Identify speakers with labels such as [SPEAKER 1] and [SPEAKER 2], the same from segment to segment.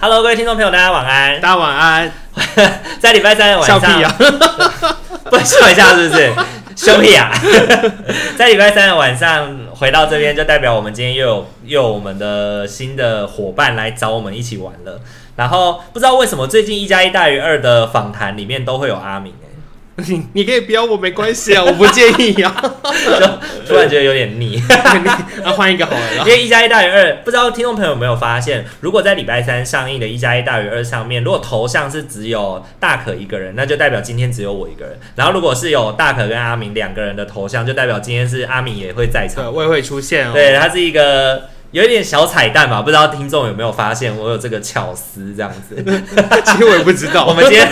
[SPEAKER 1] Hello，各位听众朋友，大家晚安。
[SPEAKER 2] 大家晚安，
[SPEAKER 1] 在礼拜三的晚
[SPEAKER 2] 笑
[SPEAKER 1] 上，
[SPEAKER 2] 屁啊！
[SPEAKER 1] 不笑一下是不是？兄弟啊！ 在礼拜三的晚上回到这边，就代表我们今天又有又有我们的新的伙伴来找我们一起玩了。然后不知道为什么最近一加一大于二的访谈里面都会有阿明、欸，
[SPEAKER 2] 你你可以不要我没关系啊， 我不介意 啊。
[SPEAKER 1] 就突然觉得有点腻。
[SPEAKER 2] 那啊换一个好了
[SPEAKER 1] 因
[SPEAKER 2] 啦。
[SPEAKER 1] 为一加一大于二，不知道听众朋友有没有发现，如果在礼拜三上映的一加一大于二上面，如果头像是只有大可一个人，那就代表今天只有我一个人；然后如果是有大可跟阿明两个人的头像，就代表今天是阿明也会在
[SPEAKER 2] 对，
[SPEAKER 1] 场。
[SPEAKER 2] 我也会出现哦。
[SPEAKER 1] 对，它是一个有一点小彩蛋吧，不知道听众有没有发现我有这个巧思这样子。
[SPEAKER 2] 其实我也不知道。
[SPEAKER 1] 我们今 天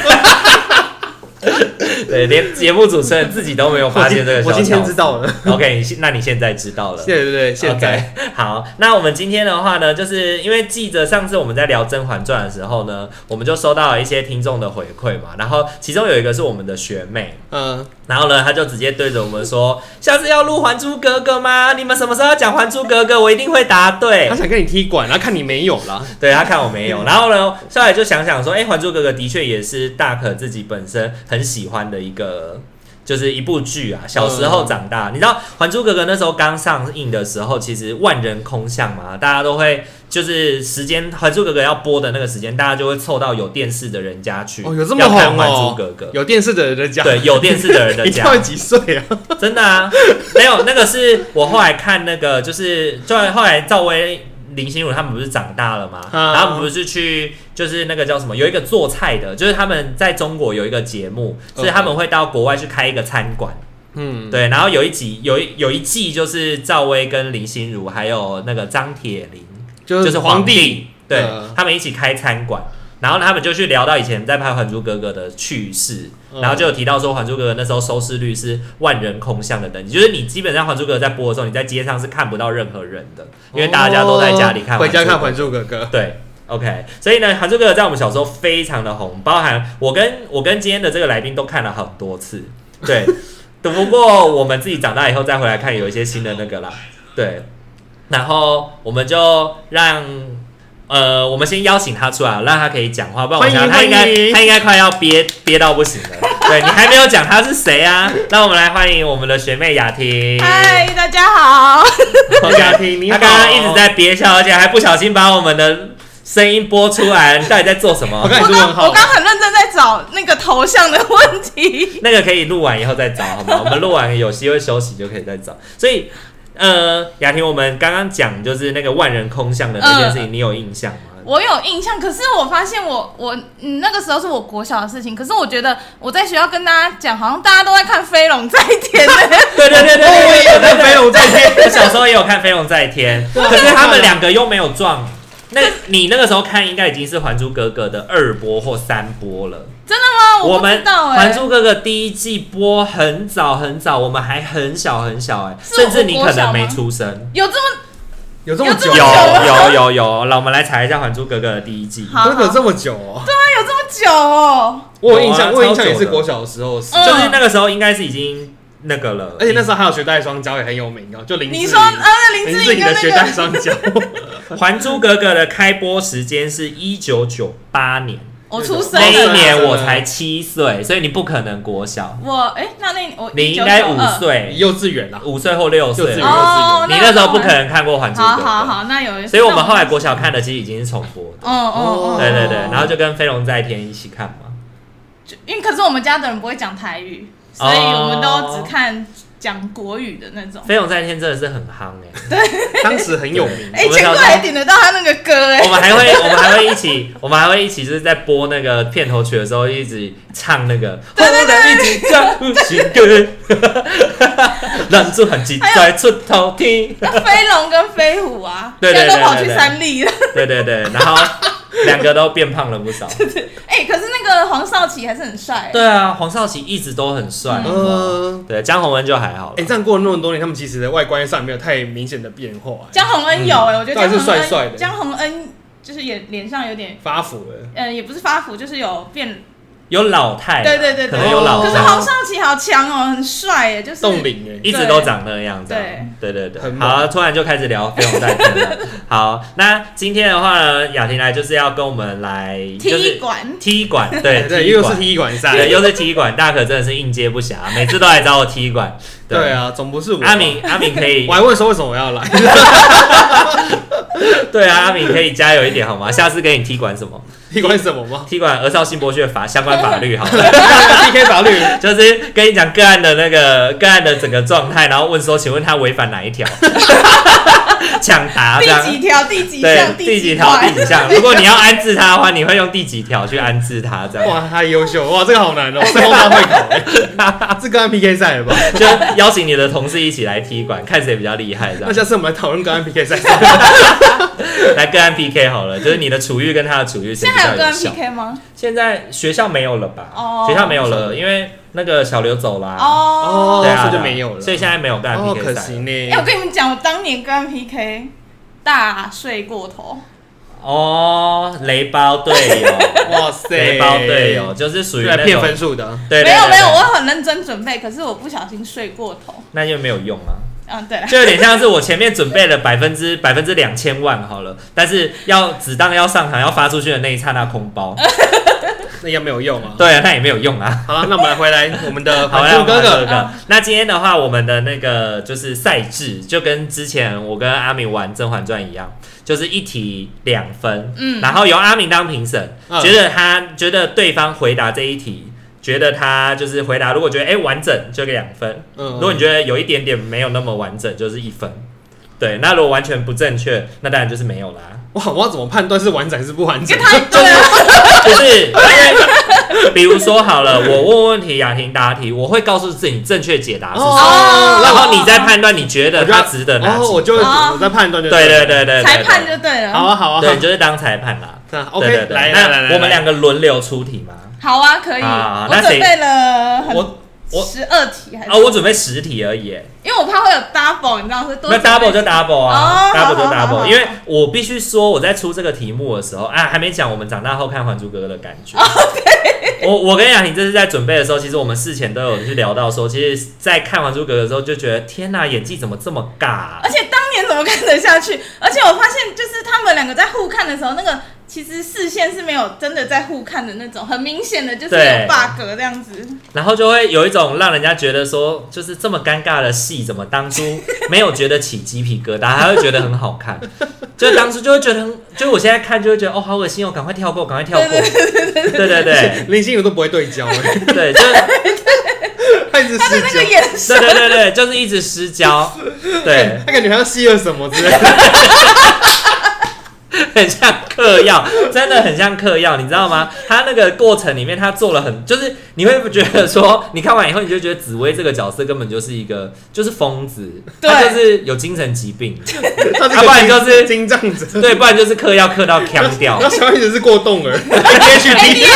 [SPEAKER 1] 对连节目主持人自己都没有发现这个小巧
[SPEAKER 2] 我
[SPEAKER 1] 思。
[SPEAKER 2] 今天知道了。
[SPEAKER 1] OK，你现那你现在知道了。
[SPEAKER 2] 对对对，现在
[SPEAKER 1] OK，好，那我们今天的话呢，就是因为记着上次我们在聊《甄嬛传》的时候呢，我们就收到了一些听众的回馈嘛，然后其中有一个是我们的学妹，
[SPEAKER 2] 嗯，
[SPEAKER 1] 然后呢，她就直接对着我们说，下次要录《还珠格格》吗？你们什么时候要讲《还珠格格》？我一定会答对
[SPEAKER 2] 他。想跟你踢馆，然后看你没有啦。
[SPEAKER 1] 对他看我没 有，然后呢，后来就想想说，哎、还珠格格》的确也是大可自己本身很喜欢的一个，就是一部剧啊。小时候长
[SPEAKER 2] 嗯
[SPEAKER 1] 大，你知道《还珠格格》那时候刚上映的时候，其实万人空巷嘛，大家都会就是时间《还珠格格》要播的那个时间，大家就会凑到有电视的人家去，
[SPEAKER 2] 哦，有这么
[SPEAKER 1] 要看
[SPEAKER 2] 红
[SPEAKER 1] 还珠
[SPEAKER 2] 哦
[SPEAKER 1] 格格》。
[SPEAKER 2] 有电视的人在讲，
[SPEAKER 1] 对，有电视的人 的
[SPEAKER 2] 你
[SPEAKER 1] 家
[SPEAKER 2] 到，底几岁啊？
[SPEAKER 1] 真的啊，没有那个是我后来看那个，就是就后来赵薇、林心如他们不是长大了吗？
[SPEAKER 2] 嗯
[SPEAKER 1] 然后他们不是去就是那个叫什么，有一个做菜的，就是他们在中国有一个节目，
[SPEAKER 2] 嗯
[SPEAKER 1] 是他们会到国外去开一个餐馆。
[SPEAKER 2] 嗯，
[SPEAKER 1] 对，然后有一集有一有一季就是赵薇跟林心如还有那个张铁林，
[SPEAKER 2] 就
[SPEAKER 1] 就是皇帝，对、
[SPEAKER 2] 嗯
[SPEAKER 1] 他们一起开餐馆，然后他们就去聊到以前在拍《还珠格格》的趣事，
[SPEAKER 2] 嗯
[SPEAKER 1] 然后就有提到说《还珠格格》那时候收视率是万人空巷的等级，就是你基本上《还珠格格》在播的时候，你在街上是看不到任何人的，因为大家都在家里看、
[SPEAKER 2] 哦回家看《还。珠格格》。
[SPEAKER 1] 对。OK，所以呢，《还珠格格》在我们小时候非常的红，包含我跟我跟今天的这个来宾都看了很多次，对。 不过我们自己长大以后再回来看，有一些新的那个啦，对。然后我们就让呃，我们先邀请他出来，让他可以讲话，不然我
[SPEAKER 2] 欢迎
[SPEAKER 1] 想他应该
[SPEAKER 2] 欢迎
[SPEAKER 1] 他应该快要憋憋到不行了。对你还没有讲他是谁啊？那我们来欢迎我们的学妹雅婷。
[SPEAKER 3] 嗨，大家好。
[SPEAKER 1] 哎
[SPEAKER 2] 雅婷你啊
[SPEAKER 1] 他
[SPEAKER 2] 好
[SPEAKER 1] 刚刚一直在憋笑，而且还不小心把我们的声音播出来。你到底在做什么
[SPEAKER 2] 我？看
[SPEAKER 3] 我
[SPEAKER 2] 你是
[SPEAKER 3] 刚
[SPEAKER 2] 问
[SPEAKER 3] 我
[SPEAKER 2] 号，
[SPEAKER 3] 刚很认真在找那个头像的问题。
[SPEAKER 1] 那个可以录完以后再找，好吗？ 我们录完有机会休息就可以再找。所以，呃，雅婷，我们刚刚讲就是那个万人空巷的那件事情，你有印象吗？
[SPEAKER 3] 我有印象，可是我发现我我嗯那个时候是我国小的事情，可是我觉得我在学校跟大家讲，好像大家都在看《飞龙在天》呢。
[SPEAKER 1] 对对对对
[SPEAKER 2] 哦我
[SPEAKER 1] 对
[SPEAKER 2] 也有看啊
[SPEAKER 1] 对对
[SPEAKER 2] 飞龙在天
[SPEAKER 1] 我小时候也有看《飞龙在天》，可是他们两个又没有撞。那你那个时候看，应该已经是《还珠格格》的二播或三播了。
[SPEAKER 3] 真的吗？
[SPEAKER 1] 我
[SPEAKER 3] 不知
[SPEAKER 1] 们
[SPEAKER 3] 道
[SPEAKER 1] 《
[SPEAKER 3] 哎、
[SPEAKER 1] 还珠格格》第一季播很早很早，我们还很小很小哎、
[SPEAKER 3] 是
[SPEAKER 1] 甚至你可
[SPEAKER 3] 我国小
[SPEAKER 1] 能
[SPEAKER 3] 吗
[SPEAKER 1] 没出生。
[SPEAKER 3] 有这么
[SPEAKER 2] 有这么
[SPEAKER 3] 有这
[SPEAKER 2] 久
[SPEAKER 1] 有
[SPEAKER 3] 么
[SPEAKER 2] 吗？
[SPEAKER 1] 有有有，来我们来查一下《还珠格格》的第一季，
[SPEAKER 3] 好
[SPEAKER 2] 真的有
[SPEAKER 3] 好
[SPEAKER 2] 这么久哦？
[SPEAKER 3] 那有这么久哦？
[SPEAKER 2] 我有印
[SPEAKER 1] 有
[SPEAKER 2] 象，
[SPEAKER 1] 啊
[SPEAKER 2] 我有印
[SPEAKER 1] 超
[SPEAKER 2] 象
[SPEAKER 1] 久
[SPEAKER 2] 也是
[SPEAKER 1] 的
[SPEAKER 2] 国小的时候的事，
[SPEAKER 3] 嗯
[SPEAKER 1] 就是那个时候应该是已经那个了，
[SPEAKER 2] 而且那时候还有学带双骄也很有名哦，就林志
[SPEAKER 3] 你
[SPEAKER 2] 颖
[SPEAKER 3] 说呃林
[SPEAKER 2] 林
[SPEAKER 3] 志
[SPEAKER 2] 志
[SPEAKER 3] 颖
[SPEAKER 2] 颖的
[SPEAKER 3] 跟那
[SPEAKER 2] 学带
[SPEAKER 3] 个
[SPEAKER 2] 双骄，
[SPEAKER 1] 《还珠格格》的开播时间是一九九八年，
[SPEAKER 3] 我出生
[SPEAKER 1] 那一
[SPEAKER 3] 了，
[SPEAKER 1] 年我才七岁，所以你不可能国小，
[SPEAKER 3] 我哎、那那我
[SPEAKER 1] 你应该五
[SPEAKER 3] 1992
[SPEAKER 1] 岁，
[SPEAKER 2] 幼稚园啊啦，
[SPEAKER 1] 五岁或六岁
[SPEAKER 2] 幼稚园
[SPEAKER 1] 了，
[SPEAKER 3] 哦，
[SPEAKER 1] 你那时候
[SPEAKER 3] 我
[SPEAKER 1] 不可能看过《还珠格
[SPEAKER 3] 好
[SPEAKER 1] 格》，
[SPEAKER 3] 好好，那有一次，
[SPEAKER 1] 所以我们后来国小看的其实已经是重播的，
[SPEAKER 3] 嗯，嗯嗯嗯，
[SPEAKER 1] 对对对，然后就跟《飞龙在天》一起
[SPEAKER 3] 哦
[SPEAKER 1] 看嘛。哦
[SPEAKER 3] 就因为可是我们家的人不会讲台语，所以我们都只看讲国语的那种。
[SPEAKER 1] 飞龙在天真的是很夯哎、
[SPEAKER 2] 当时很有名。
[SPEAKER 3] 哎、
[SPEAKER 1] 我们
[SPEAKER 3] 千
[SPEAKER 1] 小时候
[SPEAKER 3] 块也顶得到他那个歌哎、
[SPEAKER 1] 我们还会，我们还会一起，我们还会一起，就是在播那个片头曲的时候，一直唱那个，我们一起唱情歌， 忍住很急在出头天，
[SPEAKER 3] 那飞龙跟飞虎啊，
[SPEAKER 1] 对对对
[SPEAKER 3] 现在都跑去
[SPEAKER 1] 对对
[SPEAKER 3] 三立了。
[SPEAKER 1] 对对对，然后两个都变胖了不少。
[SPEAKER 3] 哎、可是那个黄少祺还是很帅、欸。
[SPEAKER 1] 对啊，黄少祺一直都很帅，
[SPEAKER 2] 嗯
[SPEAKER 1] 对，江宏恩就还好
[SPEAKER 2] 哎、
[SPEAKER 1] 了。
[SPEAKER 2] 这样过了那么多年，他们其实在外观上没有太明显的变化、哎
[SPEAKER 3] 江宏恩有哎、我觉得
[SPEAKER 2] 但
[SPEAKER 3] 江
[SPEAKER 2] 是
[SPEAKER 3] 宏恩
[SPEAKER 2] 帅帅的
[SPEAKER 3] 江宏恩就是也脸上有点，
[SPEAKER 2] 发福了。
[SPEAKER 3] 呃，也不是发福，就是有变。
[SPEAKER 1] 有老态，
[SPEAKER 3] 对对对对
[SPEAKER 1] 哎可能有老
[SPEAKER 2] 哦
[SPEAKER 3] 可是
[SPEAKER 1] 态，
[SPEAKER 3] 黄少祺好强哦、很帅哎、就是
[SPEAKER 2] 冻龄哎，
[SPEAKER 1] 一直都长那样子啊。对对对，
[SPEAKER 2] 很猛
[SPEAKER 1] 好，突然就开始聊飞龙在天 了。好，那今天的话呢，雅婷来就是要跟我们来就
[SPEAKER 3] 踢
[SPEAKER 1] 是
[SPEAKER 3] 馆。
[SPEAKER 1] 踢馆， 对
[SPEAKER 2] 哎对，
[SPEAKER 1] 踢
[SPEAKER 2] 又
[SPEAKER 1] 馆
[SPEAKER 2] 是踢馆赛
[SPEAKER 1] 对，，又是踢馆，大可真的是应接不暇，每次都来找我踢馆。
[SPEAKER 2] 对，啊，总不是我。
[SPEAKER 1] 阿，敏，阿敏可以
[SPEAKER 2] 我，还问说为什么我要来？
[SPEAKER 1] 对啊，阿敏可以加油一点 好吗？下次给你踢馆什么？
[SPEAKER 2] 踢馆什么吗
[SPEAKER 1] 踢馆儿少性剥削法相关法 律好了，
[SPEAKER 2] ？PK 法律，
[SPEAKER 1] 就是跟你讲个案的那个个案的整个状态，然后问说，请问他违反哪一条？ 抢答这样
[SPEAKER 3] 第。几条？第几
[SPEAKER 1] 对
[SPEAKER 3] 项？，
[SPEAKER 1] 第
[SPEAKER 3] 几
[SPEAKER 1] 几条
[SPEAKER 3] 块
[SPEAKER 1] 第几项？如果你要安置他的话，你会用第几条去安置他？这样
[SPEAKER 2] 哇，太优秀，哇，这个好难哦，最后大会考哎，这个按 PK 赛了吧？
[SPEAKER 1] 就邀请你的同事一起来踢馆，看谁比较厉害。这
[SPEAKER 2] 那
[SPEAKER 1] 样
[SPEAKER 2] 下次我们来讨论个案 PK 赛。
[SPEAKER 1] 来个案 PK 好了，就是你的处遇跟他的处遇谁
[SPEAKER 3] 现
[SPEAKER 1] 比
[SPEAKER 3] 在
[SPEAKER 1] 较
[SPEAKER 3] 还有个
[SPEAKER 1] 有
[SPEAKER 3] 人
[SPEAKER 1] 效？
[SPEAKER 3] PK 吗？
[SPEAKER 1] 现在学校没有了吧？
[SPEAKER 3] 哦
[SPEAKER 1] 学校没有了，因为那个小刘走啦。
[SPEAKER 3] 哦。
[SPEAKER 1] 对啊，
[SPEAKER 2] 所以就
[SPEAKER 1] 对啊
[SPEAKER 2] 没有了
[SPEAKER 1] 所以现在没有个案
[SPEAKER 2] 哦，可
[SPEAKER 1] PK 赛
[SPEAKER 2] 惜
[SPEAKER 1] 了。
[SPEAKER 2] 呢
[SPEAKER 3] 哎、。我跟你们讲，我当年跟 PK 大睡过头，
[SPEAKER 1] 哦，雷包队 友，
[SPEAKER 2] 哇塞，
[SPEAKER 1] 雷包队友，就是属于
[SPEAKER 2] 对
[SPEAKER 1] 那种
[SPEAKER 2] 啊，骗分。数的。
[SPEAKER 1] 对，对
[SPEAKER 3] 没有没有，，
[SPEAKER 1] 对
[SPEAKER 3] 我
[SPEAKER 1] 对
[SPEAKER 3] 很认真准备，可是我不小心睡过头。
[SPEAKER 1] 那就没有用啊。
[SPEAKER 3] 嗯， 对了，
[SPEAKER 1] 就有点像是我前面准备了百分之百分之两千万好了，但是要子弹要上场要发出去的那一刹那空包，
[SPEAKER 2] 那应该没有用啊。
[SPEAKER 1] 对啊，那也没有用 啊。
[SPEAKER 2] 好了，那我们来回来我们 的
[SPEAKER 1] 好
[SPEAKER 2] 环
[SPEAKER 1] 啦，
[SPEAKER 2] 柱哥
[SPEAKER 1] 哥
[SPEAKER 2] 哥，
[SPEAKER 1] 哥。那今天的话，我们的那个就是赛制，就跟之前我跟阿明玩《甄嬛传》一样，就是一题两分，
[SPEAKER 3] 嗯
[SPEAKER 1] 然后由阿明当评审，
[SPEAKER 2] 嗯
[SPEAKER 1] 觉得他觉得对方回答这一题。觉得他就是回答，如果觉得哎、完整就给两分，
[SPEAKER 2] 嗯
[SPEAKER 1] 如果你觉得有一点点没有那么完整，就是一分。对，那如果完全不正确，那当然就是没有啦。
[SPEAKER 2] 哇，我要怎么判断是完整还是不完
[SPEAKER 3] 跟
[SPEAKER 2] 整？
[SPEAKER 3] 他对啊，
[SPEAKER 1] 不是，因为比如说好了，我问问题，雅婷答题，我会告诉自己正确解答是什么。
[SPEAKER 3] 哦
[SPEAKER 1] 然后你再判断，你觉得他值得
[SPEAKER 2] 然
[SPEAKER 1] 拿
[SPEAKER 2] 后
[SPEAKER 1] 几？
[SPEAKER 2] 我就
[SPEAKER 3] 哦
[SPEAKER 2] 我在判断就
[SPEAKER 1] 对对
[SPEAKER 2] 对了，
[SPEAKER 1] 对对，
[SPEAKER 3] 裁判就对了。
[SPEAKER 2] 好啊好啊，
[SPEAKER 1] 对，你就是当裁判啦。
[SPEAKER 2] 那
[SPEAKER 1] 对
[SPEAKER 2] OK，
[SPEAKER 1] 对对
[SPEAKER 2] 来
[SPEAKER 1] 那
[SPEAKER 2] 来来来，
[SPEAKER 1] 我们两
[SPEAKER 2] 个
[SPEAKER 1] 个轮流出题嘛。
[SPEAKER 3] 好啊，可以。
[SPEAKER 1] 啊
[SPEAKER 3] 我
[SPEAKER 1] 那谁
[SPEAKER 3] 准备了很
[SPEAKER 1] 我我
[SPEAKER 3] 十二题还是？
[SPEAKER 1] 啊，我准备十题而已，
[SPEAKER 3] 因为我怕会有 double，你知道是多
[SPEAKER 1] 那 double 就 double 啊
[SPEAKER 3] 哦
[SPEAKER 1] ，double 就
[SPEAKER 3] 好好好
[SPEAKER 1] double。
[SPEAKER 3] 好
[SPEAKER 1] 因为我必须说，我在出这个题目的时候啊，还没讲我们长大后看《还珠格格》的感觉。我我跟雅婷这次在准备的时候，其实我们事前都有去聊到说，其实，在看《还珠格格》的时候就觉得，天哪，演技怎么这么尬啊
[SPEAKER 3] 而？且当年怎么看得下去？而且我发现，就是他们两个在互看的时候，那个其实视线是没有真的在互看的那种，很明显的就是
[SPEAKER 1] 对
[SPEAKER 3] 有 bug 这样子。
[SPEAKER 1] 然后就会有一种让人家觉得说，就是这么尴尬的戏，怎么当初没有觉得起鸡皮疙瘩，还会觉得很好看？就当初就会觉得很，就我现在看就会觉得哦，好恶心哦，赶快跳过，赶快跳过。对对对
[SPEAKER 2] 林心如都不会对焦，哎
[SPEAKER 1] 对，就
[SPEAKER 2] 他一直
[SPEAKER 3] 他的那个
[SPEAKER 2] 失焦，
[SPEAKER 3] 眼神，
[SPEAKER 1] 对对对对，就是一直失焦， 对，
[SPEAKER 2] 他感觉好像吸了什么之 类的。
[SPEAKER 1] 很像嗑药，真的很像嗑药，你知道吗？他那个过程里面，他做了很，就是你会觉得说，你看完以后，你就觉得紫薇这个角色根本就是一个就是疯子，他
[SPEAKER 3] 对
[SPEAKER 1] 就是有精神疾病。
[SPEAKER 2] 他这
[SPEAKER 1] 啊
[SPEAKER 2] 个
[SPEAKER 1] 不然就是
[SPEAKER 2] 精障者，
[SPEAKER 1] 对，不然就是嗑药嗑到腔掉
[SPEAKER 2] 那。小孩子是过动儿，ADHD，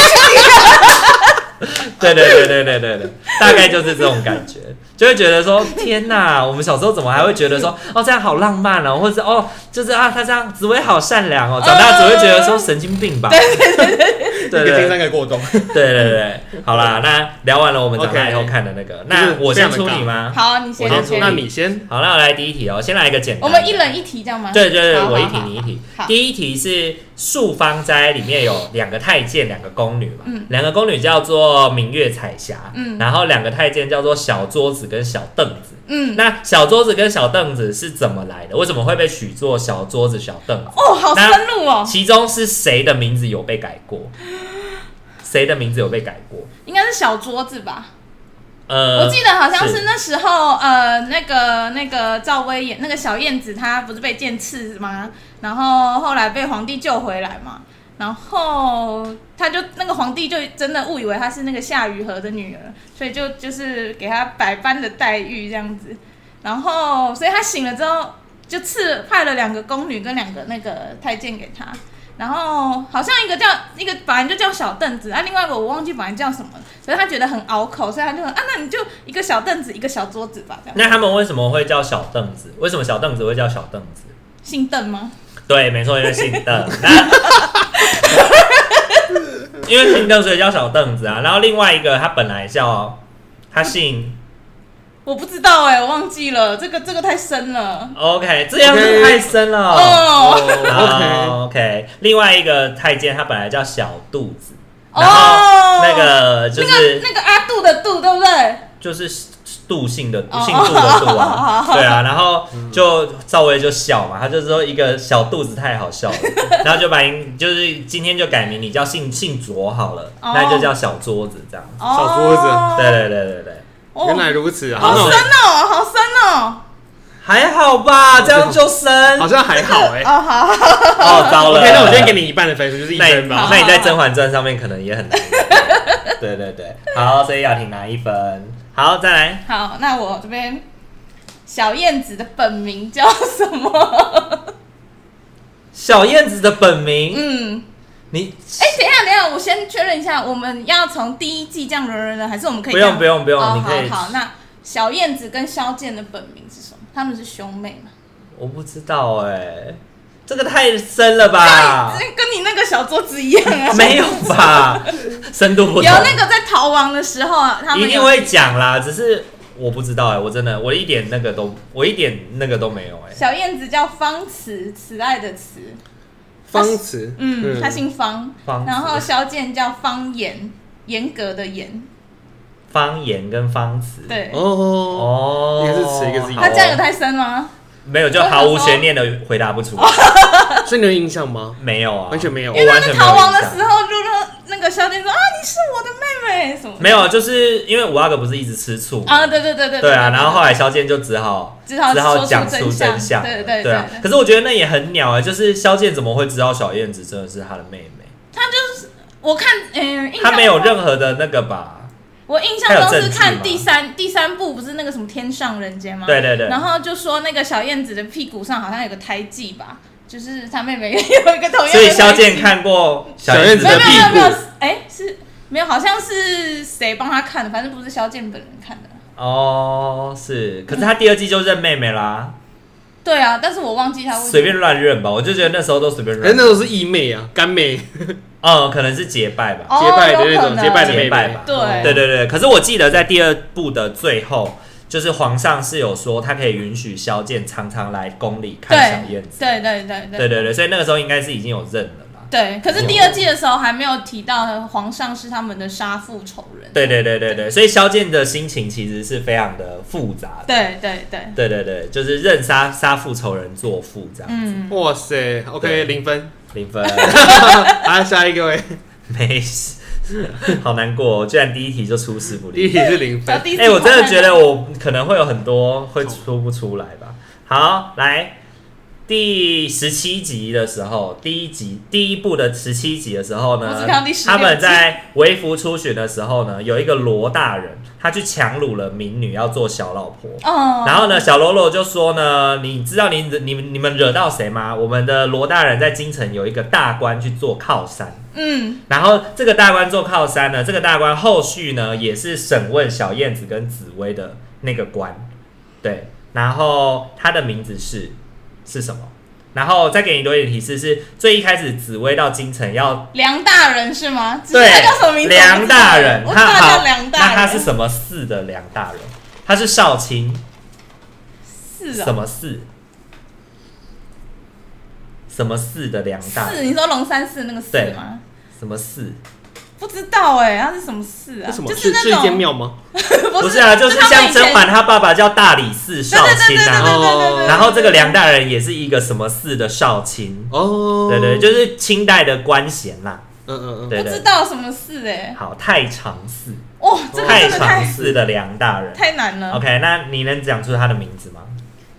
[SPEAKER 1] 对对对对对对对，大概就是这种感觉，就会觉得说天哪，我们小时候怎么还会觉得说哦这样好浪漫哦，或者是哦就是啊他这样紫薇好善良哦，长大只会觉得说神经病吧。对对对
[SPEAKER 2] 一个
[SPEAKER 1] 对对
[SPEAKER 2] 精障，一个过动。
[SPEAKER 1] 对对对，好啦，那聊完了我们长大
[SPEAKER 2] OK
[SPEAKER 1] 以后看的那个，那我先出你吗？
[SPEAKER 3] 好，你先
[SPEAKER 1] 啊我先
[SPEAKER 2] 好
[SPEAKER 3] 你先
[SPEAKER 2] 那你先，
[SPEAKER 1] 好，那我来第一题哦，先来一个简单的。
[SPEAKER 3] 我们一人一题这样吗？
[SPEAKER 1] 对对对，
[SPEAKER 3] 啊好
[SPEAKER 1] 我一
[SPEAKER 3] 好
[SPEAKER 1] 题
[SPEAKER 3] 好
[SPEAKER 1] 你一题
[SPEAKER 3] 好。
[SPEAKER 1] 第一题是树方斋里面有两个太监，两个宫女嘛
[SPEAKER 3] 嗯，
[SPEAKER 1] 两、个宫女叫做明月彩霞，
[SPEAKER 3] 嗯
[SPEAKER 1] 然后两个太监叫做小桌子跟小凳子。
[SPEAKER 3] 嗯，
[SPEAKER 1] 那小桌子跟小凳子是怎么来的？为什么会被取作小桌子、小凳子？
[SPEAKER 3] 哦，好深入哦，
[SPEAKER 1] 其中是谁的名字有 被改过？谁的名字有被改过？
[SPEAKER 3] 应该是小桌子吧？
[SPEAKER 1] 呃，
[SPEAKER 3] 我记得好像
[SPEAKER 1] 是
[SPEAKER 3] 是那时候，呃，那个那个赵薇演那个小燕子，她不是被剑刺吗？然后后来被皇帝救回来嘛，然后她就那个皇帝就真的误以为她是那个夏雨荷的女儿，所以就就是给她百般的待遇这样子。然后，所以她醒了之后，就赐派了两个宫女跟两个那个太监给她。然后好像一个叫一个本来就叫小凳子，啊，另外一个我忘记本来叫什么，可是他觉得很拗口，所以他就说啊，那你就一个小凳子，一个小桌子吧，这样。
[SPEAKER 1] 那他们为什么会叫小凳子？为什么小凳子会叫小凳子？
[SPEAKER 3] 姓邓吗？
[SPEAKER 1] 对，没错，因为姓邓。 那因为姓邓，所以叫小凳子啊。然后另外一个，他本来叫他姓
[SPEAKER 3] 我不知道哎、我忘记了，这个这个太深了。
[SPEAKER 1] OK，这样子太深了。
[SPEAKER 3] 哦
[SPEAKER 2] 哦
[SPEAKER 1] o k 另外一个太监他本来叫小肚子，
[SPEAKER 3] 哦，
[SPEAKER 1] 然后那个就
[SPEAKER 3] 那
[SPEAKER 1] 是、
[SPEAKER 3] 个那个阿杜的杜，对不对？
[SPEAKER 1] 就是杜姓的
[SPEAKER 3] 哦
[SPEAKER 1] 姓杜的杜啊
[SPEAKER 3] 哦，
[SPEAKER 1] 对 啊，然后就赵薇就笑嘛，他就说一个小肚子太好 笑了，然后就把你就是今天就改名，你叫姓姓卓好了，
[SPEAKER 3] 哦
[SPEAKER 1] 那就叫小桌子这样。
[SPEAKER 3] 哦，
[SPEAKER 2] 小桌子
[SPEAKER 1] 对对对对对，
[SPEAKER 3] 哦
[SPEAKER 2] 原来如此啊，
[SPEAKER 3] 好
[SPEAKER 2] 好
[SPEAKER 3] 深哦，好深哦。
[SPEAKER 1] 还好吧，这样就生
[SPEAKER 2] 好像还好哎。
[SPEAKER 3] 哦，好，
[SPEAKER 1] 哦，糟了。
[SPEAKER 2] OK，那我今天给你一半的分数，就是一
[SPEAKER 1] 那
[SPEAKER 2] 分
[SPEAKER 1] 你
[SPEAKER 2] 吧。
[SPEAKER 1] 那你在《甄嬛传》上面可能也很难。对对对，好，所以雅婷拿一分。好，再来。
[SPEAKER 3] 好，那我这边小燕子的本名叫什么？
[SPEAKER 1] 小燕子的本名，
[SPEAKER 3] 嗯，
[SPEAKER 1] 你
[SPEAKER 3] 哎、等一下，等一下，我先确认一下，我们要从第一季这样轮轮轮，还是我们可以
[SPEAKER 1] 不
[SPEAKER 3] 这样
[SPEAKER 1] 用不用不用，
[SPEAKER 3] 哦
[SPEAKER 1] 你可以
[SPEAKER 3] 好好，那小燕子跟萧剑的本名是什么？他们是兄妹嘛？
[SPEAKER 1] 我不知道哎、这个太深了吧？
[SPEAKER 3] 这哎跟你那个小桌子一样啊。
[SPEAKER 1] 啊 没有吧？深度不
[SPEAKER 3] 有
[SPEAKER 1] 同，
[SPEAKER 3] 那个在逃亡的时候啊，他们
[SPEAKER 1] 一
[SPEAKER 3] 有
[SPEAKER 1] 定会讲啦。只是我不知道哎、我真的我一点那个都我一点那个都没有哎、
[SPEAKER 3] 小燕子叫方慈，慈爱的慈，
[SPEAKER 2] 方慈，
[SPEAKER 3] 嗯，她姓方，
[SPEAKER 1] 方慈
[SPEAKER 3] 然后萧剑叫方言，严格的严，
[SPEAKER 1] 方言跟方词，
[SPEAKER 3] 对。
[SPEAKER 2] 哦，
[SPEAKER 1] 哦，
[SPEAKER 2] 一个是词一个是义
[SPEAKER 1] 好
[SPEAKER 3] 他
[SPEAKER 1] 哦
[SPEAKER 3] 这样有太深吗？
[SPEAKER 1] 没有，就毫无悬念的回答不出，
[SPEAKER 3] 哦
[SPEAKER 2] 所以你有印象吗？
[SPEAKER 1] 没有啊，
[SPEAKER 2] 完全没有
[SPEAKER 1] 我
[SPEAKER 3] 因为他
[SPEAKER 1] 完
[SPEAKER 3] 们
[SPEAKER 1] 全没有
[SPEAKER 3] 逃亡的
[SPEAKER 1] 印象
[SPEAKER 3] 时候，就说那个萧剑说啊，你是我的妹妹什么的？
[SPEAKER 1] 没有，啊就是因为五阿哥不是一直吃醋嘛
[SPEAKER 3] 啊，对对对对
[SPEAKER 1] 对啊，然后后来萧剑就只好
[SPEAKER 3] 只好说出
[SPEAKER 1] 讲
[SPEAKER 3] 真
[SPEAKER 1] 出
[SPEAKER 3] 相
[SPEAKER 1] 真相，
[SPEAKER 3] 对对
[SPEAKER 1] 对啊
[SPEAKER 3] 对对。
[SPEAKER 1] 可是我觉得那也很鸟啊，就是萧剑怎么会知道小燕子真的是他的妹妹？
[SPEAKER 3] 我看，嗯、印象
[SPEAKER 1] 他没有任何的那个吧？
[SPEAKER 3] 我印象中是
[SPEAKER 1] 还有证据
[SPEAKER 3] 看
[SPEAKER 1] 吗
[SPEAKER 3] 第三第三部，不是那个什么《天上人间》吗？
[SPEAKER 1] 对对对
[SPEAKER 3] 然后就说那个小燕子的屁股上好像有个胎记吧，就是她妹妹也有一个同样的。
[SPEAKER 1] 所以萧剑，看过小燕子
[SPEAKER 3] 没
[SPEAKER 1] 的
[SPEAKER 3] 有
[SPEAKER 1] 屁
[SPEAKER 3] 没有没有
[SPEAKER 1] 股
[SPEAKER 3] 没有，哎、是没有，好像是谁帮她看的，反正不是萧剑本人看的。
[SPEAKER 1] 哦，是。可是他第二季就认妹妹啦，
[SPEAKER 3] 对啊，但是我忘记她为什么
[SPEAKER 1] 随便乱认吧。我就觉哎得那时候都随便
[SPEAKER 2] 可
[SPEAKER 1] 乱
[SPEAKER 2] 是哎那，都是义妹啊，干妹，结
[SPEAKER 1] 嗯，可能是结拜吧。
[SPEAKER 3] 哦，
[SPEAKER 2] 拜的
[SPEAKER 3] 有
[SPEAKER 2] 那
[SPEAKER 3] 可
[SPEAKER 2] 种，
[SPEAKER 3] 能
[SPEAKER 2] 结拜的妹
[SPEAKER 1] 结拜
[SPEAKER 2] 妹
[SPEAKER 1] 吧。
[SPEAKER 3] 对
[SPEAKER 1] 对对对，可是我记得在第二部的最后，就是皇上是有说他可以允许萧剑常常来宫里看小燕子。
[SPEAKER 3] 对对对对
[SPEAKER 1] 对对对，所以那个时候应该是已经有认了啦。
[SPEAKER 3] 对可是第二季的时候还没有提到皇上是他们的杀父仇人。
[SPEAKER 1] 对对对对对，所以萧剑的心情其实是非常的复杂的。
[SPEAKER 3] 对对对，
[SPEAKER 1] 对对对，就是认杀杀父仇人作父这样，
[SPEAKER 3] 嗯，
[SPEAKER 2] 哇塞，OK，
[SPEAKER 1] 对
[SPEAKER 2] 零分。
[SPEAKER 1] 零分
[SPEAKER 2] 啊，下一个位，
[SPEAKER 1] 没事，好难过、哦，居然第一题就出师不
[SPEAKER 2] 第一
[SPEAKER 1] 利。
[SPEAKER 2] 题是零
[SPEAKER 3] 然
[SPEAKER 2] 分
[SPEAKER 3] 后。第四
[SPEAKER 1] 哎、我真的
[SPEAKER 3] 好像
[SPEAKER 1] 觉得我可能会有很多会说不出来吧。好，来第十七集的时候，第一集第一部的十七集的时候
[SPEAKER 3] 我
[SPEAKER 1] 呢
[SPEAKER 3] 只看到第，十六
[SPEAKER 1] 他
[SPEAKER 3] 集
[SPEAKER 1] 们在微服出巡的时候呢，有一个罗大人，他去强掳了民女要做小老婆。
[SPEAKER 3] 哦，
[SPEAKER 1] 然后呢，小喽啰就说呢，你知道你你你们惹到谁吗？我们的罗大人在京城有一个大官去做靠山，
[SPEAKER 3] 嗯，
[SPEAKER 1] 然后这个大官做靠山呢，这个大官后续呢也是审问小燕子跟紫薇的那个官，对，然后他的名字是是什么？然后再给你多一点提示是，最一开始紫薇到京城要
[SPEAKER 3] 梁大人是吗？只是
[SPEAKER 1] 对
[SPEAKER 3] 他叫什么名字？我
[SPEAKER 1] 梁
[SPEAKER 3] 不知道
[SPEAKER 1] 大人，
[SPEAKER 3] 我知
[SPEAKER 1] 他
[SPEAKER 3] 道他
[SPEAKER 1] 好
[SPEAKER 3] 叫梁，大人。
[SPEAKER 1] 那他是什么寺的梁大人？他是少卿，
[SPEAKER 3] 四
[SPEAKER 1] 什
[SPEAKER 3] 哦？
[SPEAKER 1] 么寺？什么寺的梁大
[SPEAKER 3] 四？
[SPEAKER 1] 人？
[SPEAKER 3] 你说龙山寺那个寺
[SPEAKER 1] 对
[SPEAKER 3] 吗？
[SPEAKER 1] 什么寺？
[SPEAKER 3] 不知道哎，他是什么寺啊？
[SPEAKER 2] 是什么？
[SPEAKER 3] 就
[SPEAKER 2] 是
[SPEAKER 3] 是是那
[SPEAKER 2] 一间
[SPEAKER 3] 种
[SPEAKER 2] 庙吗？
[SPEAKER 1] 不
[SPEAKER 3] 不
[SPEAKER 1] 是啊，就是
[SPEAKER 3] 他们
[SPEAKER 1] 像
[SPEAKER 3] 以前
[SPEAKER 1] 甄嬛她爸爸叫大理寺
[SPEAKER 3] 对
[SPEAKER 1] 少
[SPEAKER 3] 对对
[SPEAKER 1] 卿
[SPEAKER 3] 对对对
[SPEAKER 1] 啊，
[SPEAKER 3] 对对对对。
[SPEAKER 1] 然后这个梁大人也是一个什么寺的少卿，
[SPEAKER 2] 哦，
[SPEAKER 1] 对对，就是清代的官衔啦。
[SPEAKER 2] 嗯嗯嗯，
[SPEAKER 1] 对
[SPEAKER 3] 不
[SPEAKER 1] 对
[SPEAKER 3] 知，道什么寺哎，
[SPEAKER 1] 好，太常寺，
[SPEAKER 3] 哦，这个
[SPEAKER 1] 太
[SPEAKER 3] 真的
[SPEAKER 1] 常
[SPEAKER 3] 太
[SPEAKER 1] 寺的梁大人。
[SPEAKER 3] 太难了。
[SPEAKER 1] OK，那你能讲出他的名字吗？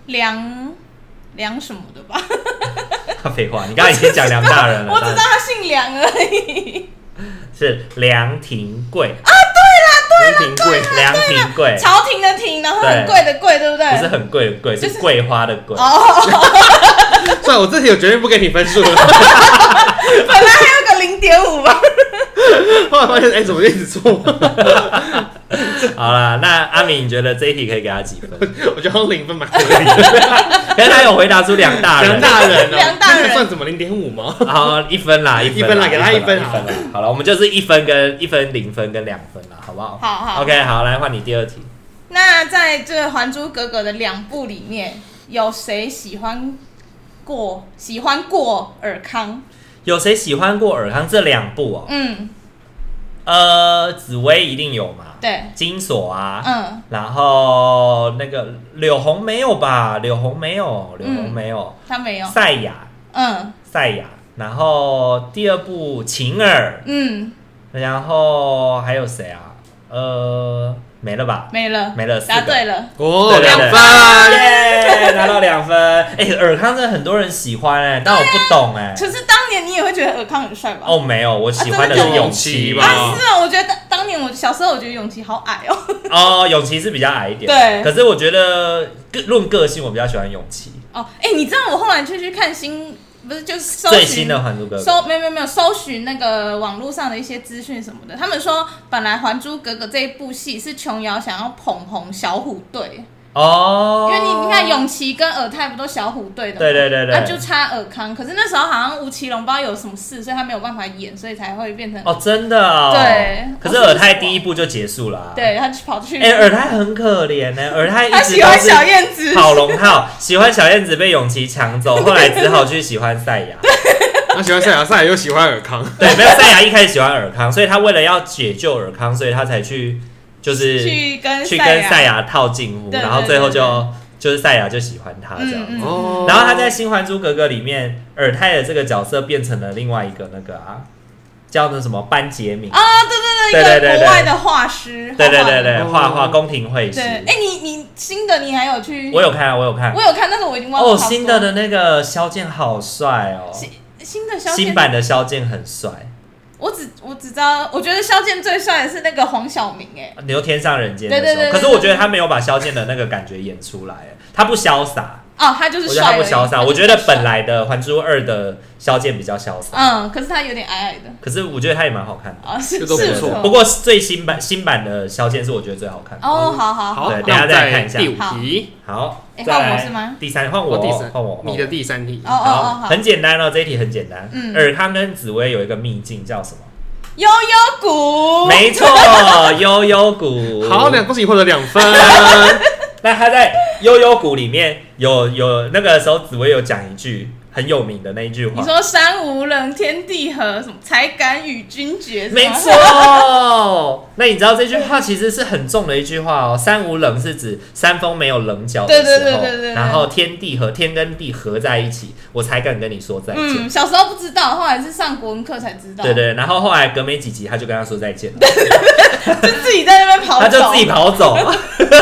[SPEAKER 3] 梁梁什么的吧，
[SPEAKER 1] 废话，你刚才已经讲梁大人了。
[SPEAKER 3] 我只知道他姓梁而已。
[SPEAKER 1] 是梁廷贵啊，对啦，对啦，梁廷贵，梁廷
[SPEAKER 3] 朝廷的廷，然后很
[SPEAKER 1] 对
[SPEAKER 3] 贵的贵，对不对？
[SPEAKER 1] 贵，不是很贵的贵，
[SPEAKER 3] 就是
[SPEAKER 1] 是桂花的桂。
[SPEAKER 3] 哦，
[SPEAKER 2] 算了，我这题我绝对不给你分数 了。
[SPEAKER 3] 本来还有个零点五吧。
[SPEAKER 2] 后来发现，哎、怎么一直 错？
[SPEAKER 1] 好啦，那阿敏，你觉得这一题可以给他几分？
[SPEAKER 2] 我觉得好像零分蛮合理的。
[SPEAKER 1] 可是他有回答出梁大人，
[SPEAKER 2] 梁大人、哦，
[SPEAKER 3] 梁大人
[SPEAKER 2] 那个算怎么零点五吗？
[SPEAKER 1] 好啊一分啦，一
[SPEAKER 2] 一分啦给他
[SPEAKER 1] 一分
[SPEAKER 2] 一分
[SPEAKER 1] 啦，一分啦。好了，我们就是一分跟一分、零分跟两分啦，好不好？
[SPEAKER 3] 好好
[SPEAKER 1] OK，好，来换你第二题。
[SPEAKER 3] 那在这《还珠格格》的两部里面，有谁喜欢过喜欢过尔康？
[SPEAKER 1] 有谁喜欢过尔康这两部哦？
[SPEAKER 3] 嗯，
[SPEAKER 1] 呃，紫薇一定有嘛？
[SPEAKER 3] 对，
[SPEAKER 1] 金锁啊，
[SPEAKER 3] 嗯，
[SPEAKER 1] 然后那个柳红没有吧？柳红没有，柳红没有。
[SPEAKER 3] 他没有。
[SPEAKER 1] 赛亚，
[SPEAKER 3] 嗯
[SPEAKER 1] 赛亚。然后第二部晴儿，
[SPEAKER 3] 嗯，
[SPEAKER 1] 然后还有谁啊？呃，没了吧？
[SPEAKER 3] 没了，
[SPEAKER 1] 没了四个
[SPEAKER 3] 答嗯啊对了。
[SPEAKER 2] 哦
[SPEAKER 1] 对对
[SPEAKER 2] 两
[SPEAKER 1] 对
[SPEAKER 2] 分。
[SPEAKER 1] 耶，拿到两分。哎、尔康真的很多人喜欢哎、但我不懂哎、
[SPEAKER 3] 可是当年你也会觉得尔康很帅吧？
[SPEAKER 1] 哦，没有，我喜欢的是
[SPEAKER 3] 啊真的假的
[SPEAKER 1] 永琪
[SPEAKER 2] 吧
[SPEAKER 1] 吧？
[SPEAKER 3] 啊，是啊，我觉得当当年我小时候，我觉得永琪好矮哦。
[SPEAKER 1] 哦，永琪是比较矮一点，
[SPEAKER 3] 对
[SPEAKER 1] 可是我觉得个论个性，我比较喜欢永琪。
[SPEAKER 3] 哦，哎、你知道我后来就去看新，不是就是搜
[SPEAKER 1] 最
[SPEAKER 3] 寻
[SPEAKER 1] 新的《还珠格格》
[SPEAKER 3] 搜没有没有没有搜寻那个网络上的一些资讯什么的，他们说本来《还珠格格》这一部戏是琼瑶想要捧红小虎队，
[SPEAKER 1] 哦，
[SPEAKER 3] 因为你你看永琪跟尔泰不都小虎队的吗？
[SPEAKER 1] 对对对对
[SPEAKER 3] 那就差尔康。可是那时候好像吴奇隆不知道有什么事，所以他没有办法演，所以才会变成、
[SPEAKER 1] 哦，真的哦，
[SPEAKER 3] 对
[SPEAKER 1] 可是尔泰第一部就结束了、啊，。
[SPEAKER 3] 对，他就跑去。
[SPEAKER 1] 哎、尔泰很可怜呢、尔泰一
[SPEAKER 3] 他
[SPEAKER 1] 直
[SPEAKER 3] 喜
[SPEAKER 1] 都
[SPEAKER 3] 欢
[SPEAKER 1] 是
[SPEAKER 3] 小燕子，
[SPEAKER 1] 跑龙套，喜欢小燕子被永琪抢走，后来只好去喜欢赛亚。
[SPEAKER 2] 他喜欢赛亚，赛亚又喜欢尔康。
[SPEAKER 1] 对，没有赛亚一开始喜欢尔康，所以他为了要解救尔康，所以他才去就是
[SPEAKER 3] 去跟
[SPEAKER 1] 去跟
[SPEAKER 3] 赛
[SPEAKER 1] 赛
[SPEAKER 3] 亚，
[SPEAKER 1] 亚套近乎，
[SPEAKER 3] 对对
[SPEAKER 1] 然后最后就就是赛亚就喜欢他这样。
[SPEAKER 3] 嗯嗯，
[SPEAKER 2] 哦，
[SPEAKER 1] 然后他在《新还珠格格》里面，尔泰的这个角色变成了另外一个那个啊，叫那什么班杰明，
[SPEAKER 3] 啊，对对
[SPEAKER 1] 对对
[SPEAKER 3] 对，一个
[SPEAKER 1] 对
[SPEAKER 3] 国
[SPEAKER 1] 对
[SPEAKER 3] 外的画师，
[SPEAKER 1] 对对
[SPEAKER 3] 画画
[SPEAKER 1] 对
[SPEAKER 3] 的
[SPEAKER 1] 对，
[SPEAKER 2] 哦
[SPEAKER 1] 画画宫廷会师
[SPEAKER 3] 对，，哎、你你新的你还有去？
[SPEAKER 1] 我有看啊，我有看
[SPEAKER 3] 我。有看，但是我已经忘了
[SPEAKER 1] 哦，
[SPEAKER 3] 好多
[SPEAKER 1] 新的的那个萧剑好帅哦，
[SPEAKER 3] 新新的肖
[SPEAKER 1] 新
[SPEAKER 3] 剑，
[SPEAKER 1] 版的萧剑很帅，
[SPEAKER 3] 我只我只知道，我觉得肖剑最帅的是那个黄晓明、哎，
[SPEAKER 1] 《牛天上人间》
[SPEAKER 3] 对对
[SPEAKER 1] 的时
[SPEAKER 3] 对
[SPEAKER 1] 候，
[SPEAKER 3] 对
[SPEAKER 1] 可是
[SPEAKER 3] 对
[SPEAKER 1] 我觉得他没有把萧剑的那个感觉演出来，他不潇洒，
[SPEAKER 3] 哦，他就是
[SPEAKER 1] 我觉得他
[SPEAKER 3] 帅
[SPEAKER 1] 不
[SPEAKER 3] 而已，
[SPEAKER 1] 潇洒。
[SPEAKER 3] 他
[SPEAKER 1] 我
[SPEAKER 3] 就
[SPEAKER 1] 觉
[SPEAKER 3] 是
[SPEAKER 1] 得
[SPEAKER 3] 帅
[SPEAKER 1] 本来的《还珠二》的萧剑比较潇洒，
[SPEAKER 3] 嗯，可是他有点矮矮的，
[SPEAKER 1] 可是我觉得他也蛮好看的。
[SPEAKER 3] 哦，是
[SPEAKER 2] 这
[SPEAKER 3] 是
[SPEAKER 2] 都不
[SPEAKER 3] 不
[SPEAKER 2] 错
[SPEAKER 1] 不过最新版新版的萧剑是我觉得最好看的。
[SPEAKER 3] 哦，好好
[SPEAKER 2] 好，
[SPEAKER 1] 对
[SPEAKER 2] 那
[SPEAKER 1] 等一下
[SPEAKER 2] 我们
[SPEAKER 1] 再
[SPEAKER 2] 再
[SPEAKER 1] 看一下
[SPEAKER 2] 第五题，
[SPEAKER 1] 好，
[SPEAKER 3] 哎
[SPEAKER 1] 再
[SPEAKER 3] 换我
[SPEAKER 1] 来
[SPEAKER 3] 是吗
[SPEAKER 1] 第三换我，
[SPEAKER 2] 我第
[SPEAKER 1] 换
[SPEAKER 2] 三，
[SPEAKER 1] 我，
[SPEAKER 2] 你的第三题
[SPEAKER 3] 哦。哦
[SPEAKER 1] 好
[SPEAKER 3] 哦，好，
[SPEAKER 1] 很简单哦，这一题很简单。
[SPEAKER 3] 嗯
[SPEAKER 1] 尔康跟紫薇有一个秘境叫什么？
[SPEAKER 3] 悠悠谷，
[SPEAKER 1] 没错，悠悠谷。
[SPEAKER 2] 哦好，两恭喜你获得两 分。
[SPEAKER 1] 那他在悠悠谷里面有有那个时候，紫薇有讲一句很有名的那一句话
[SPEAKER 3] 你，说山无人，天地合，什么才敢与君绝？是吗
[SPEAKER 1] 没， 错。那你知道这句话其实是很重的一句话哦。山无棱是指山峰没有棱角的时
[SPEAKER 3] 对
[SPEAKER 1] 候，
[SPEAKER 3] 对对对对对
[SPEAKER 1] 然后天地和天跟地合在一起，我才敢跟你说再见。
[SPEAKER 3] 嗯，小时候不知道，后来是上国文课才知道，
[SPEAKER 1] 对，对，然后后来隔没几集，他就跟他说再 见了，
[SPEAKER 3] 就 自己在那边跑
[SPEAKER 1] 他
[SPEAKER 3] 走，
[SPEAKER 1] 就自己跑走。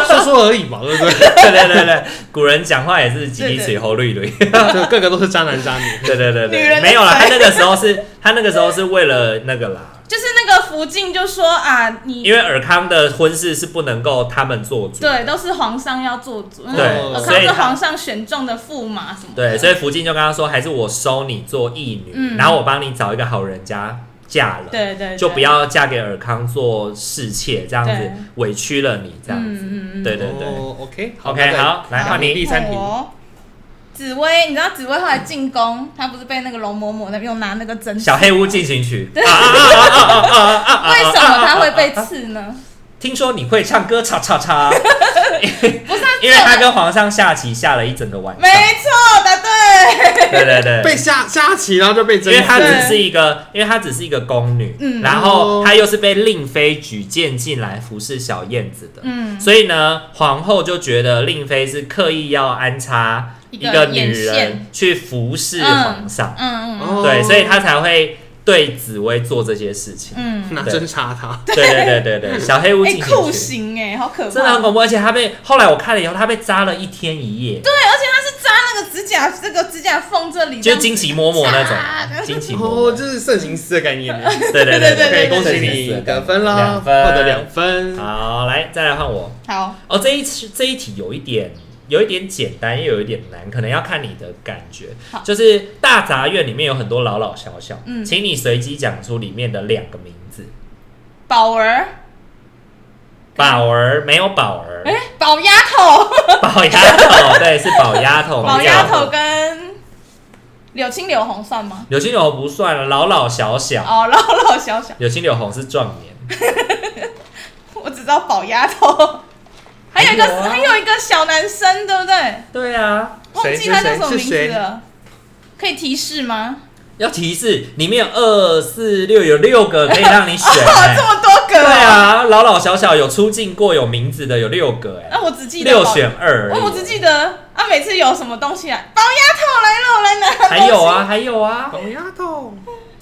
[SPEAKER 2] 说说而已嘛，对 不对？
[SPEAKER 1] 对对对对，古人讲话也是几滴水喉绿绿。
[SPEAKER 2] 就各个都是渣男渣女。
[SPEAKER 1] 对对对
[SPEAKER 3] 女人
[SPEAKER 1] 对，
[SPEAKER 3] 的
[SPEAKER 1] 没有啦，
[SPEAKER 3] 嘴
[SPEAKER 1] 他那个时候是，他那个时候是为了那个啦，
[SPEAKER 3] 就是那个福晋就说啊，你
[SPEAKER 1] 因为尔康的婚事是不能够他们做主。
[SPEAKER 3] 对，都是皇上要做主，嗯
[SPEAKER 1] 对
[SPEAKER 2] 哦
[SPEAKER 3] 尔
[SPEAKER 1] 所
[SPEAKER 3] 康
[SPEAKER 1] 以
[SPEAKER 3] 是
[SPEAKER 1] 他
[SPEAKER 3] 皇上选中的驸马什么的，
[SPEAKER 1] 对，所以福晋就跟他说，还是我收你做义女，
[SPEAKER 3] 嗯
[SPEAKER 1] 然后我帮你找一个好人家嫁了，
[SPEAKER 3] 对对，对
[SPEAKER 1] 就不，要嫁给尔康做侍妾，这样
[SPEAKER 3] 对
[SPEAKER 1] 子委屈了你这样子。
[SPEAKER 3] 嗯嗯嗯，
[SPEAKER 1] 对对对、
[SPEAKER 2] 哦，OK，好
[SPEAKER 1] o k 好，来换
[SPEAKER 2] 你
[SPEAKER 1] 你。
[SPEAKER 2] 第三题。
[SPEAKER 3] 哦。紫薇，你知道紫薇后来进宫，她不是被那个容嬷嬷那边又拿那个针，
[SPEAKER 1] 小黑屋进行 曲，
[SPEAKER 3] 对
[SPEAKER 1] 啊啊啊啊啊啊啊啊！
[SPEAKER 3] 为什么她会被刺呢？
[SPEAKER 1] 听说你会唱歌，叉叉叉，
[SPEAKER 3] 不是啊，
[SPEAKER 1] 因为他跟皇上下棋下了一整个晚
[SPEAKER 3] 没
[SPEAKER 1] 上。
[SPEAKER 3] 错，答对，
[SPEAKER 1] 对对对，
[SPEAKER 2] 被下下棋，然后就被
[SPEAKER 1] 因
[SPEAKER 2] 征
[SPEAKER 1] 为
[SPEAKER 2] 服
[SPEAKER 1] 她。只是一个，因为她只是一个宫女，
[SPEAKER 3] 嗯
[SPEAKER 1] 然后她又是被令妃举荐进来服侍小燕子的，
[SPEAKER 3] 嗯，
[SPEAKER 1] 所以呢，皇后就觉得令妃是刻意要安插
[SPEAKER 3] 一
[SPEAKER 1] 一
[SPEAKER 3] 个
[SPEAKER 1] 个女
[SPEAKER 3] 眼线
[SPEAKER 1] 人去服侍皇上，
[SPEAKER 3] 嗯嗯，
[SPEAKER 2] 哦
[SPEAKER 1] 对，所以她才会对紫薇做这些事 情。
[SPEAKER 3] 嗯，
[SPEAKER 2] 拿针插他，
[SPEAKER 1] 对对对对对，小黑屋
[SPEAKER 3] 哎、
[SPEAKER 1] 进
[SPEAKER 3] 酷
[SPEAKER 1] 行曲。
[SPEAKER 3] 刑哎、好可怕！
[SPEAKER 1] 真的很恐怖，而且他被后来我看了以后，他被扎了一天一夜，
[SPEAKER 3] 对，而且他是扎那个指甲，这个指甲缝这里，
[SPEAKER 1] 就是惊奇嬷嬷那
[SPEAKER 3] 这样
[SPEAKER 1] 种，
[SPEAKER 3] 子
[SPEAKER 1] 惊奇嬷
[SPEAKER 2] 哦，
[SPEAKER 1] 嬷，
[SPEAKER 2] 这是慎行司的概念呢。
[SPEAKER 1] 对 对对
[SPEAKER 3] 对
[SPEAKER 2] 可以
[SPEAKER 1] 对，
[SPEAKER 2] 恭喜
[SPEAKER 1] 圣贤
[SPEAKER 2] 你
[SPEAKER 1] 寺
[SPEAKER 2] 得分啦，
[SPEAKER 1] 两
[SPEAKER 2] 获
[SPEAKER 1] 分
[SPEAKER 2] 得两分。
[SPEAKER 1] 好，来再来换我，
[SPEAKER 3] 好，
[SPEAKER 1] 哦，这一次这一题有一点有一点简单，又有一点难，可能要看你的感觉
[SPEAKER 3] 好。
[SPEAKER 1] 就是大杂院里面有很多老老小小，
[SPEAKER 3] 嗯
[SPEAKER 1] 请你随机讲出里面的两个名字。
[SPEAKER 3] 宝儿，
[SPEAKER 1] 宝儿没有宝儿
[SPEAKER 3] 哎、，宝丫头，
[SPEAKER 1] 宝丫头对是宝丫头，
[SPEAKER 3] 宝
[SPEAKER 1] 没有
[SPEAKER 3] 丫头。跟柳青柳红算吗？
[SPEAKER 1] 柳青柳红不算了，老老小小，
[SPEAKER 3] 哦，老老小小，
[SPEAKER 1] 柳青柳红是壮年，
[SPEAKER 3] 我只知道宝丫 头，还有一
[SPEAKER 1] 还有
[SPEAKER 3] 个
[SPEAKER 1] 啊
[SPEAKER 3] 还有一个小男生，对不对？
[SPEAKER 1] 对啊。
[SPEAKER 3] 忘
[SPEAKER 2] 谁
[SPEAKER 3] 记他
[SPEAKER 2] 是
[SPEAKER 3] 叫
[SPEAKER 2] 谁
[SPEAKER 3] 什么
[SPEAKER 2] 是
[SPEAKER 3] 名字
[SPEAKER 2] 谁
[SPEAKER 3] 了，可以提 示吗？
[SPEAKER 1] 要提示，里面有二四六，有六个可以让你选、
[SPEAKER 3] 哦
[SPEAKER 1] 哎，
[SPEAKER 3] 这么多个、
[SPEAKER 1] 对，啊，老老小小有出镜过有名字的有六个、 哎、
[SPEAKER 3] 那啊我只记得
[SPEAKER 1] 六
[SPEAKER 3] 宝
[SPEAKER 1] 选二而已，
[SPEAKER 3] 我我只记得啊，每次有什么东西啊，包丫头来了，我来拿东西。
[SPEAKER 1] 还有啊，还有啊，
[SPEAKER 2] 狗丫头，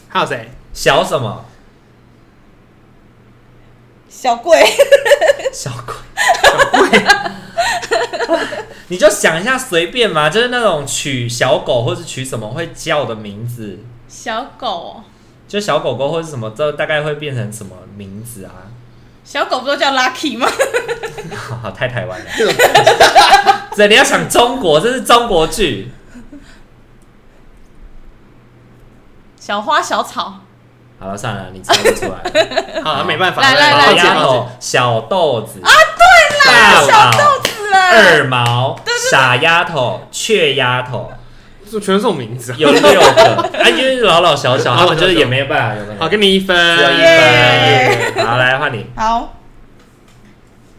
[SPEAKER 2] 还有谁？
[SPEAKER 1] 小什么
[SPEAKER 3] 小贵，
[SPEAKER 1] 小鬼， 你就想一下，随便嘛，就是那种取小狗或是取什么会叫的名字，
[SPEAKER 3] 小狗哦，
[SPEAKER 1] 就小狗狗或是什么，这大概会变成什么名字啊？
[SPEAKER 3] 小狗不都叫 Lucky 吗？
[SPEAKER 1] 好好，太台湾了，
[SPEAKER 2] 这种
[SPEAKER 1] 这你要想中国，这是中国剧，
[SPEAKER 3] 小花小草，
[SPEAKER 1] 好了，算了，你猜不出来了。
[SPEAKER 2] 好了，没办法，
[SPEAKER 3] 来来
[SPEAKER 1] 老
[SPEAKER 3] 来
[SPEAKER 2] 抱歉
[SPEAKER 1] 丫
[SPEAKER 2] 抱
[SPEAKER 1] 头
[SPEAKER 2] 歉、
[SPEAKER 1] 小豆子啊，对啦，
[SPEAKER 3] 小
[SPEAKER 1] 豆
[SPEAKER 3] 豆子啊，
[SPEAKER 1] 二毛、傻丫头、雀丫头，
[SPEAKER 2] 就全是这种名字啊。
[SPEAKER 1] 有六个，啊，因为老老小 小，
[SPEAKER 2] 老老
[SPEAKER 1] 他们就是
[SPEAKER 2] 小小
[SPEAKER 1] 也没办法，有没有？
[SPEAKER 2] 好，给你一分，
[SPEAKER 1] 只有一
[SPEAKER 3] 耶
[SPEAKER 1] 分。好，来换你。
[SPEAKER 3] 好。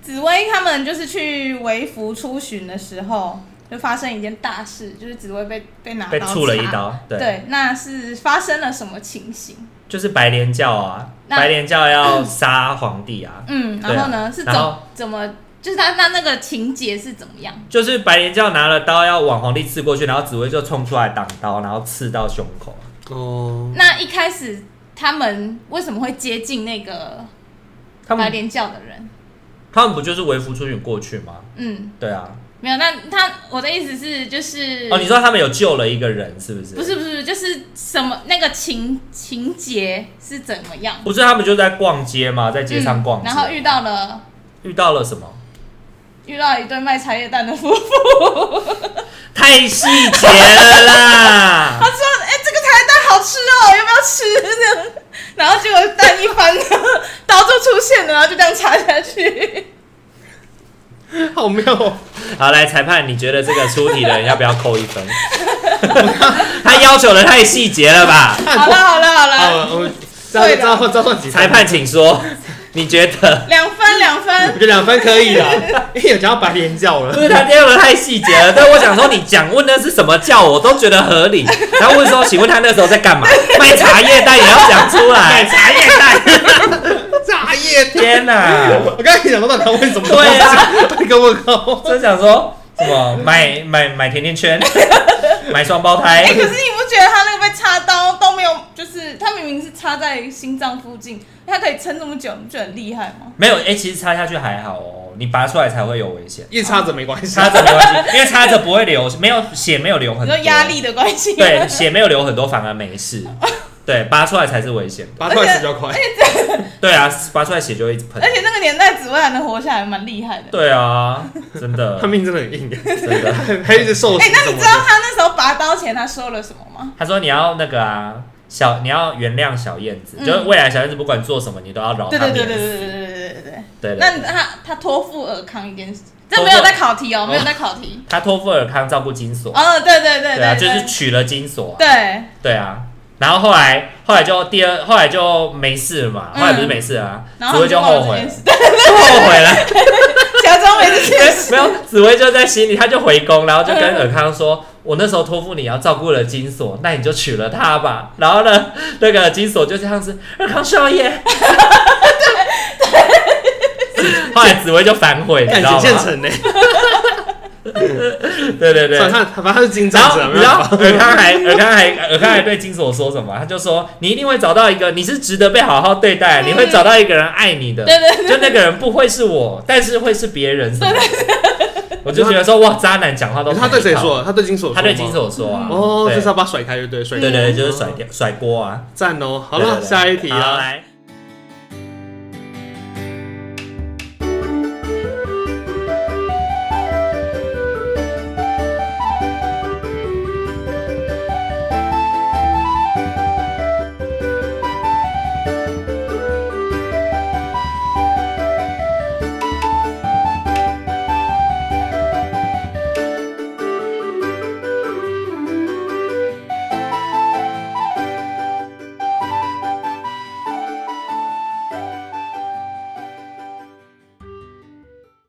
[SPEAKER 3] 紫薇他们就是去微服出巡的时候，就发生一件大事，就是紫薇被被拿刀
[SPEAKER 1] 被触了一
[SPEAKER 3] 插
[SPEAKER 1] 刀对
[SPEAKER 3] 对，那是发生了什么情形？
[SPEAKER 1] 就是白莲教啊，
[SPEAKER 3] 那
[SPEAKER 1] 白莲教要杀皇帝啊，
[SPEAKER 3] 嗯，然后
[SPEAKER 1] 对
[SPEAKER 3] 呢、
[SPEAKER 1] 啊
[SPEAKER 3] 是
[SPEAKER 1] 然后
[SPEAKER 3] 怎怎么？就是他那那个情节是怎么样？
[SPEAKER 1] 就是白莲教拿了刀要往皇帝刺过去，然后紫薇就冲出来挡刀，然后刺到胸口。
[SPEAKER 2] 哦，
[SPEAKER 3] 那一开始他们为什么会接近那个
[SPEAKER 1] 他
[SPEAKER 3] 白
[SPEAKER 1] 们
[SPEAKER 3] 莲教的人？
[SPEAKER 1] 他们不就是为夫出巡过去吗？
[SPEAKER 3] 嗯，
[SPEAKER 1] 对啊，
[SPEAKER 3] 没有。那他我的意思是，就是
[SPEAKER 1] 哦，你说他们有救了一个人，是不是？
[SPEAKER 3] 嗯不是不是，就是什么那个情情节是怎么样？
[SPEAKER 1] 不是他们就在逛街吗？在街上逛
[SPEAKER 3] 嗯
[SPEAKER 1] 街，
[SPEAKER 3] 然后遇到了
[SPEAKER 1] 遇到了什么？
[SPEAKER 3] 遇到一对卖茶叶蛋的夫妇，
[SPEAKER 1] 太细节了啦！
[SPEAKER 3] 他说：“哎、这个茶叶蛋好吃哦，要不要吃？”这样，然后结果蛋一 翻，刀就出现了，然后就这样插下去。
[SPEAKER 2] 好妙哦，
[SPEAKER 1] 好，来裁判，你觉得这个出题的人要不要扣一分？ 他要求的太细节了吧？
[SPEAKER 3] 好了好了好
[SPEAKER 1] 呃
[SPEAKER 3] 了，
[SPEAKER 2] 好，我招
[SPEAKER 3] 对的
[SPEAKER 2] 招招算几分
[SPEAKER 1] 裁判，请说，你觉得？
[SPEAKER 3] 两分两
[SPEAKER 2] 我
[SPEAKER 3] 分
[SPEAKER 2] 觉。得两分可以 啦，因为有讲到白莲教
[SPEAKER 1] 不
[SPEAKER 2] 了，
[SPEAKER 1] 是他要的太细节了，但我想说，你讲问那是什么教，我都觉得合理。然后问说，请问他那时候在干嘛？卖茶叶蛋也要讲出来。
[SPEAKER 2] 茶叶蛋，茶叶 蛋。
[SPEAKER 1] 天哪！
[SPEAKER 2] 我刚才想到他问什么？
[SPEAKER 1] 对啊，
[SPEAKER 2] 一个问号。
[SPEAKER 1] 真想说什么买买买甜甜 圈，买双胞胎
[SPEAKER 3] 哎、，可是你不觉得他那个被插刀都没有，就是他明明是插在心脏附近，他可以撑这么久，你不觉得很厉害吗？
[SPEAKER 1] 没有，哎、其实插下去还好哦，你拔出来才会有危险，
[SPEAKER 2] 一插着没关系，
[SPEAKER 1] 插着没关系，因为插着不会流，没有血没有流很
[SPEAKER 3] 你
[SPEAKER 1] 多，
[SPEAKER 3] 说压力的哦关系，
[SPEAKER 1] 对，血没有流很多反而没事，对，拔出来才是危险的，
[SPEAKER 2] 拔出来比较快。
[SPEAKER 1] 对啊，拔出来血就会一直喷
[SPEAKER 3] 而，且那个年代紫薇还能活下来，蛮厉害的。
[SPEAKER 1] 对啊，真的
[SPEAKER 2] 他命真的很硬，
[SPEAKER 1] 真的，
[SPEAKER 2] 还一直受
[SPEAKER 3] 哎、
[SPEAKER 2] 死。
[SPEAKER 3] 那你知道他那时候拔刀前他说了什么吗？
[SPEAKER 1] 他说你要那个啊。小，你要原谅小燕子，
[SPEAKER 3] 嗯
[SPEAKER 1] 就是未来小燕子不管做什么，你都要饶
[SPEAKER 3] 对
[SPEAKER 1] 她
[SPEAKER 3] 对
[SPEAKER 1] 免
[SPEAKER 3] 对
[SPEAKER 1] 死。
[SPEAKER 3] 对对对对对对
[SPEAKER 1] 对
[SPEAKER 3] 对。那他他托付尔康一件事，这没有在考题
[SPEAKER 1] 托
[SPEAKER 3] 哦，
[SPEAKER 1] 付
[SPEAKER 3] 没有在考题。
[SPEAKER 1] 他托付尔康照顾金锁，
[SPEAKER 3] 哦，对对对
[SPEAKER 1] 对啊，
[SPEAKER 3] 对，
[SPEAKER 1] 就是娶了金锁啊、
[SPEAKER 3] 对，
[SPEAKER 1] 对啊，然后后来后来就第二，后来就没事了嘛，
[SPEAKER 3] 嗯
[SPEAKER 1] 后来不是没事啊，
[SPEAKER 3] 然后
[SPEAKER 1] 紫
[SPEAKER 3] 他
[SPEAKER 1] 薇
[SPEAKER 3] 们
[SPEAKER 1] 就
[SPEAKER 3] 忘了
[SPEAKER 1] 后悔了，
[SPEAKER 3] 这件事
[SPEAKER 1] 后悔了，
[SPEAKER 3] 假装没这件事。
[SPEAKER 1] 没有，紫薇就在心里，她就回宫，然后就跟尔康说，我那时候托付你要照顾了金锁，那你就娶了她吧。 然后呢，那个金锁就这样子，尔康少 爷。后来紫薇就反悔，你知
[SPEAKER 2] 感
[SPEAKER 1] 道
[SPEAKER 2] 情现
[SPEAKER 1] 吗？
[SPEAKER 2] 成呢，
[SPEAKER 1] 对对对，
[SPEAKER 2] 反正他反正他是金
[SPEAKER 1] 然
[SPEAKER 2] 长
[SPEAKER 1] 后
[SPEAKER 2] 子啊，
[SPEAKER 1] 你
[SPEAKER 2] 没
[SPEAKER 1] 知
[SPEAKER 2] 办
[SPEAKER 1] 道
[SPEAKER 2] 法。
[SPEAKER 1] 尔康还尔康还尔康还对金锁说什么？他就说你一定会找到一个，你是值得被好好对待，
[SPEAKER 3] 嗯
[SPEAKER 1] 你会找到一个人爱你的。
[SPEAKER 3] 对对 对
[SPEAKER 1] 就那个人不会是我，但是会是别人。对对我就觉得说哇，渣男讲话都
[SPEAKER 2] 他对谁
[SPEAKER 1] 很一
[SPEAKER 2] 说？他对金锁说吗？
[SPEAKER 1] 套？他对金锁说啊。
[SPEAKER 2] 哦，
[SPEAKER 1] 对
[SPEAKER 2] 就是要把他甩开就对，甩
[SPEAKER 1] 对对
[SPEAKER 2] 开
[SPEAKER 1] 对，就是甩掉甩锅啊。
[SPEAKER 2] 赞哦。好
[SPEAKER 1] 对
[SPEAKER 2] 了，
[SPEAKER 1] 对对
[SPEAKER 2] 下一题
[SPEAKER 1] 好
[SPEAKER 2] 啊。
[SPEAKER 1] 来。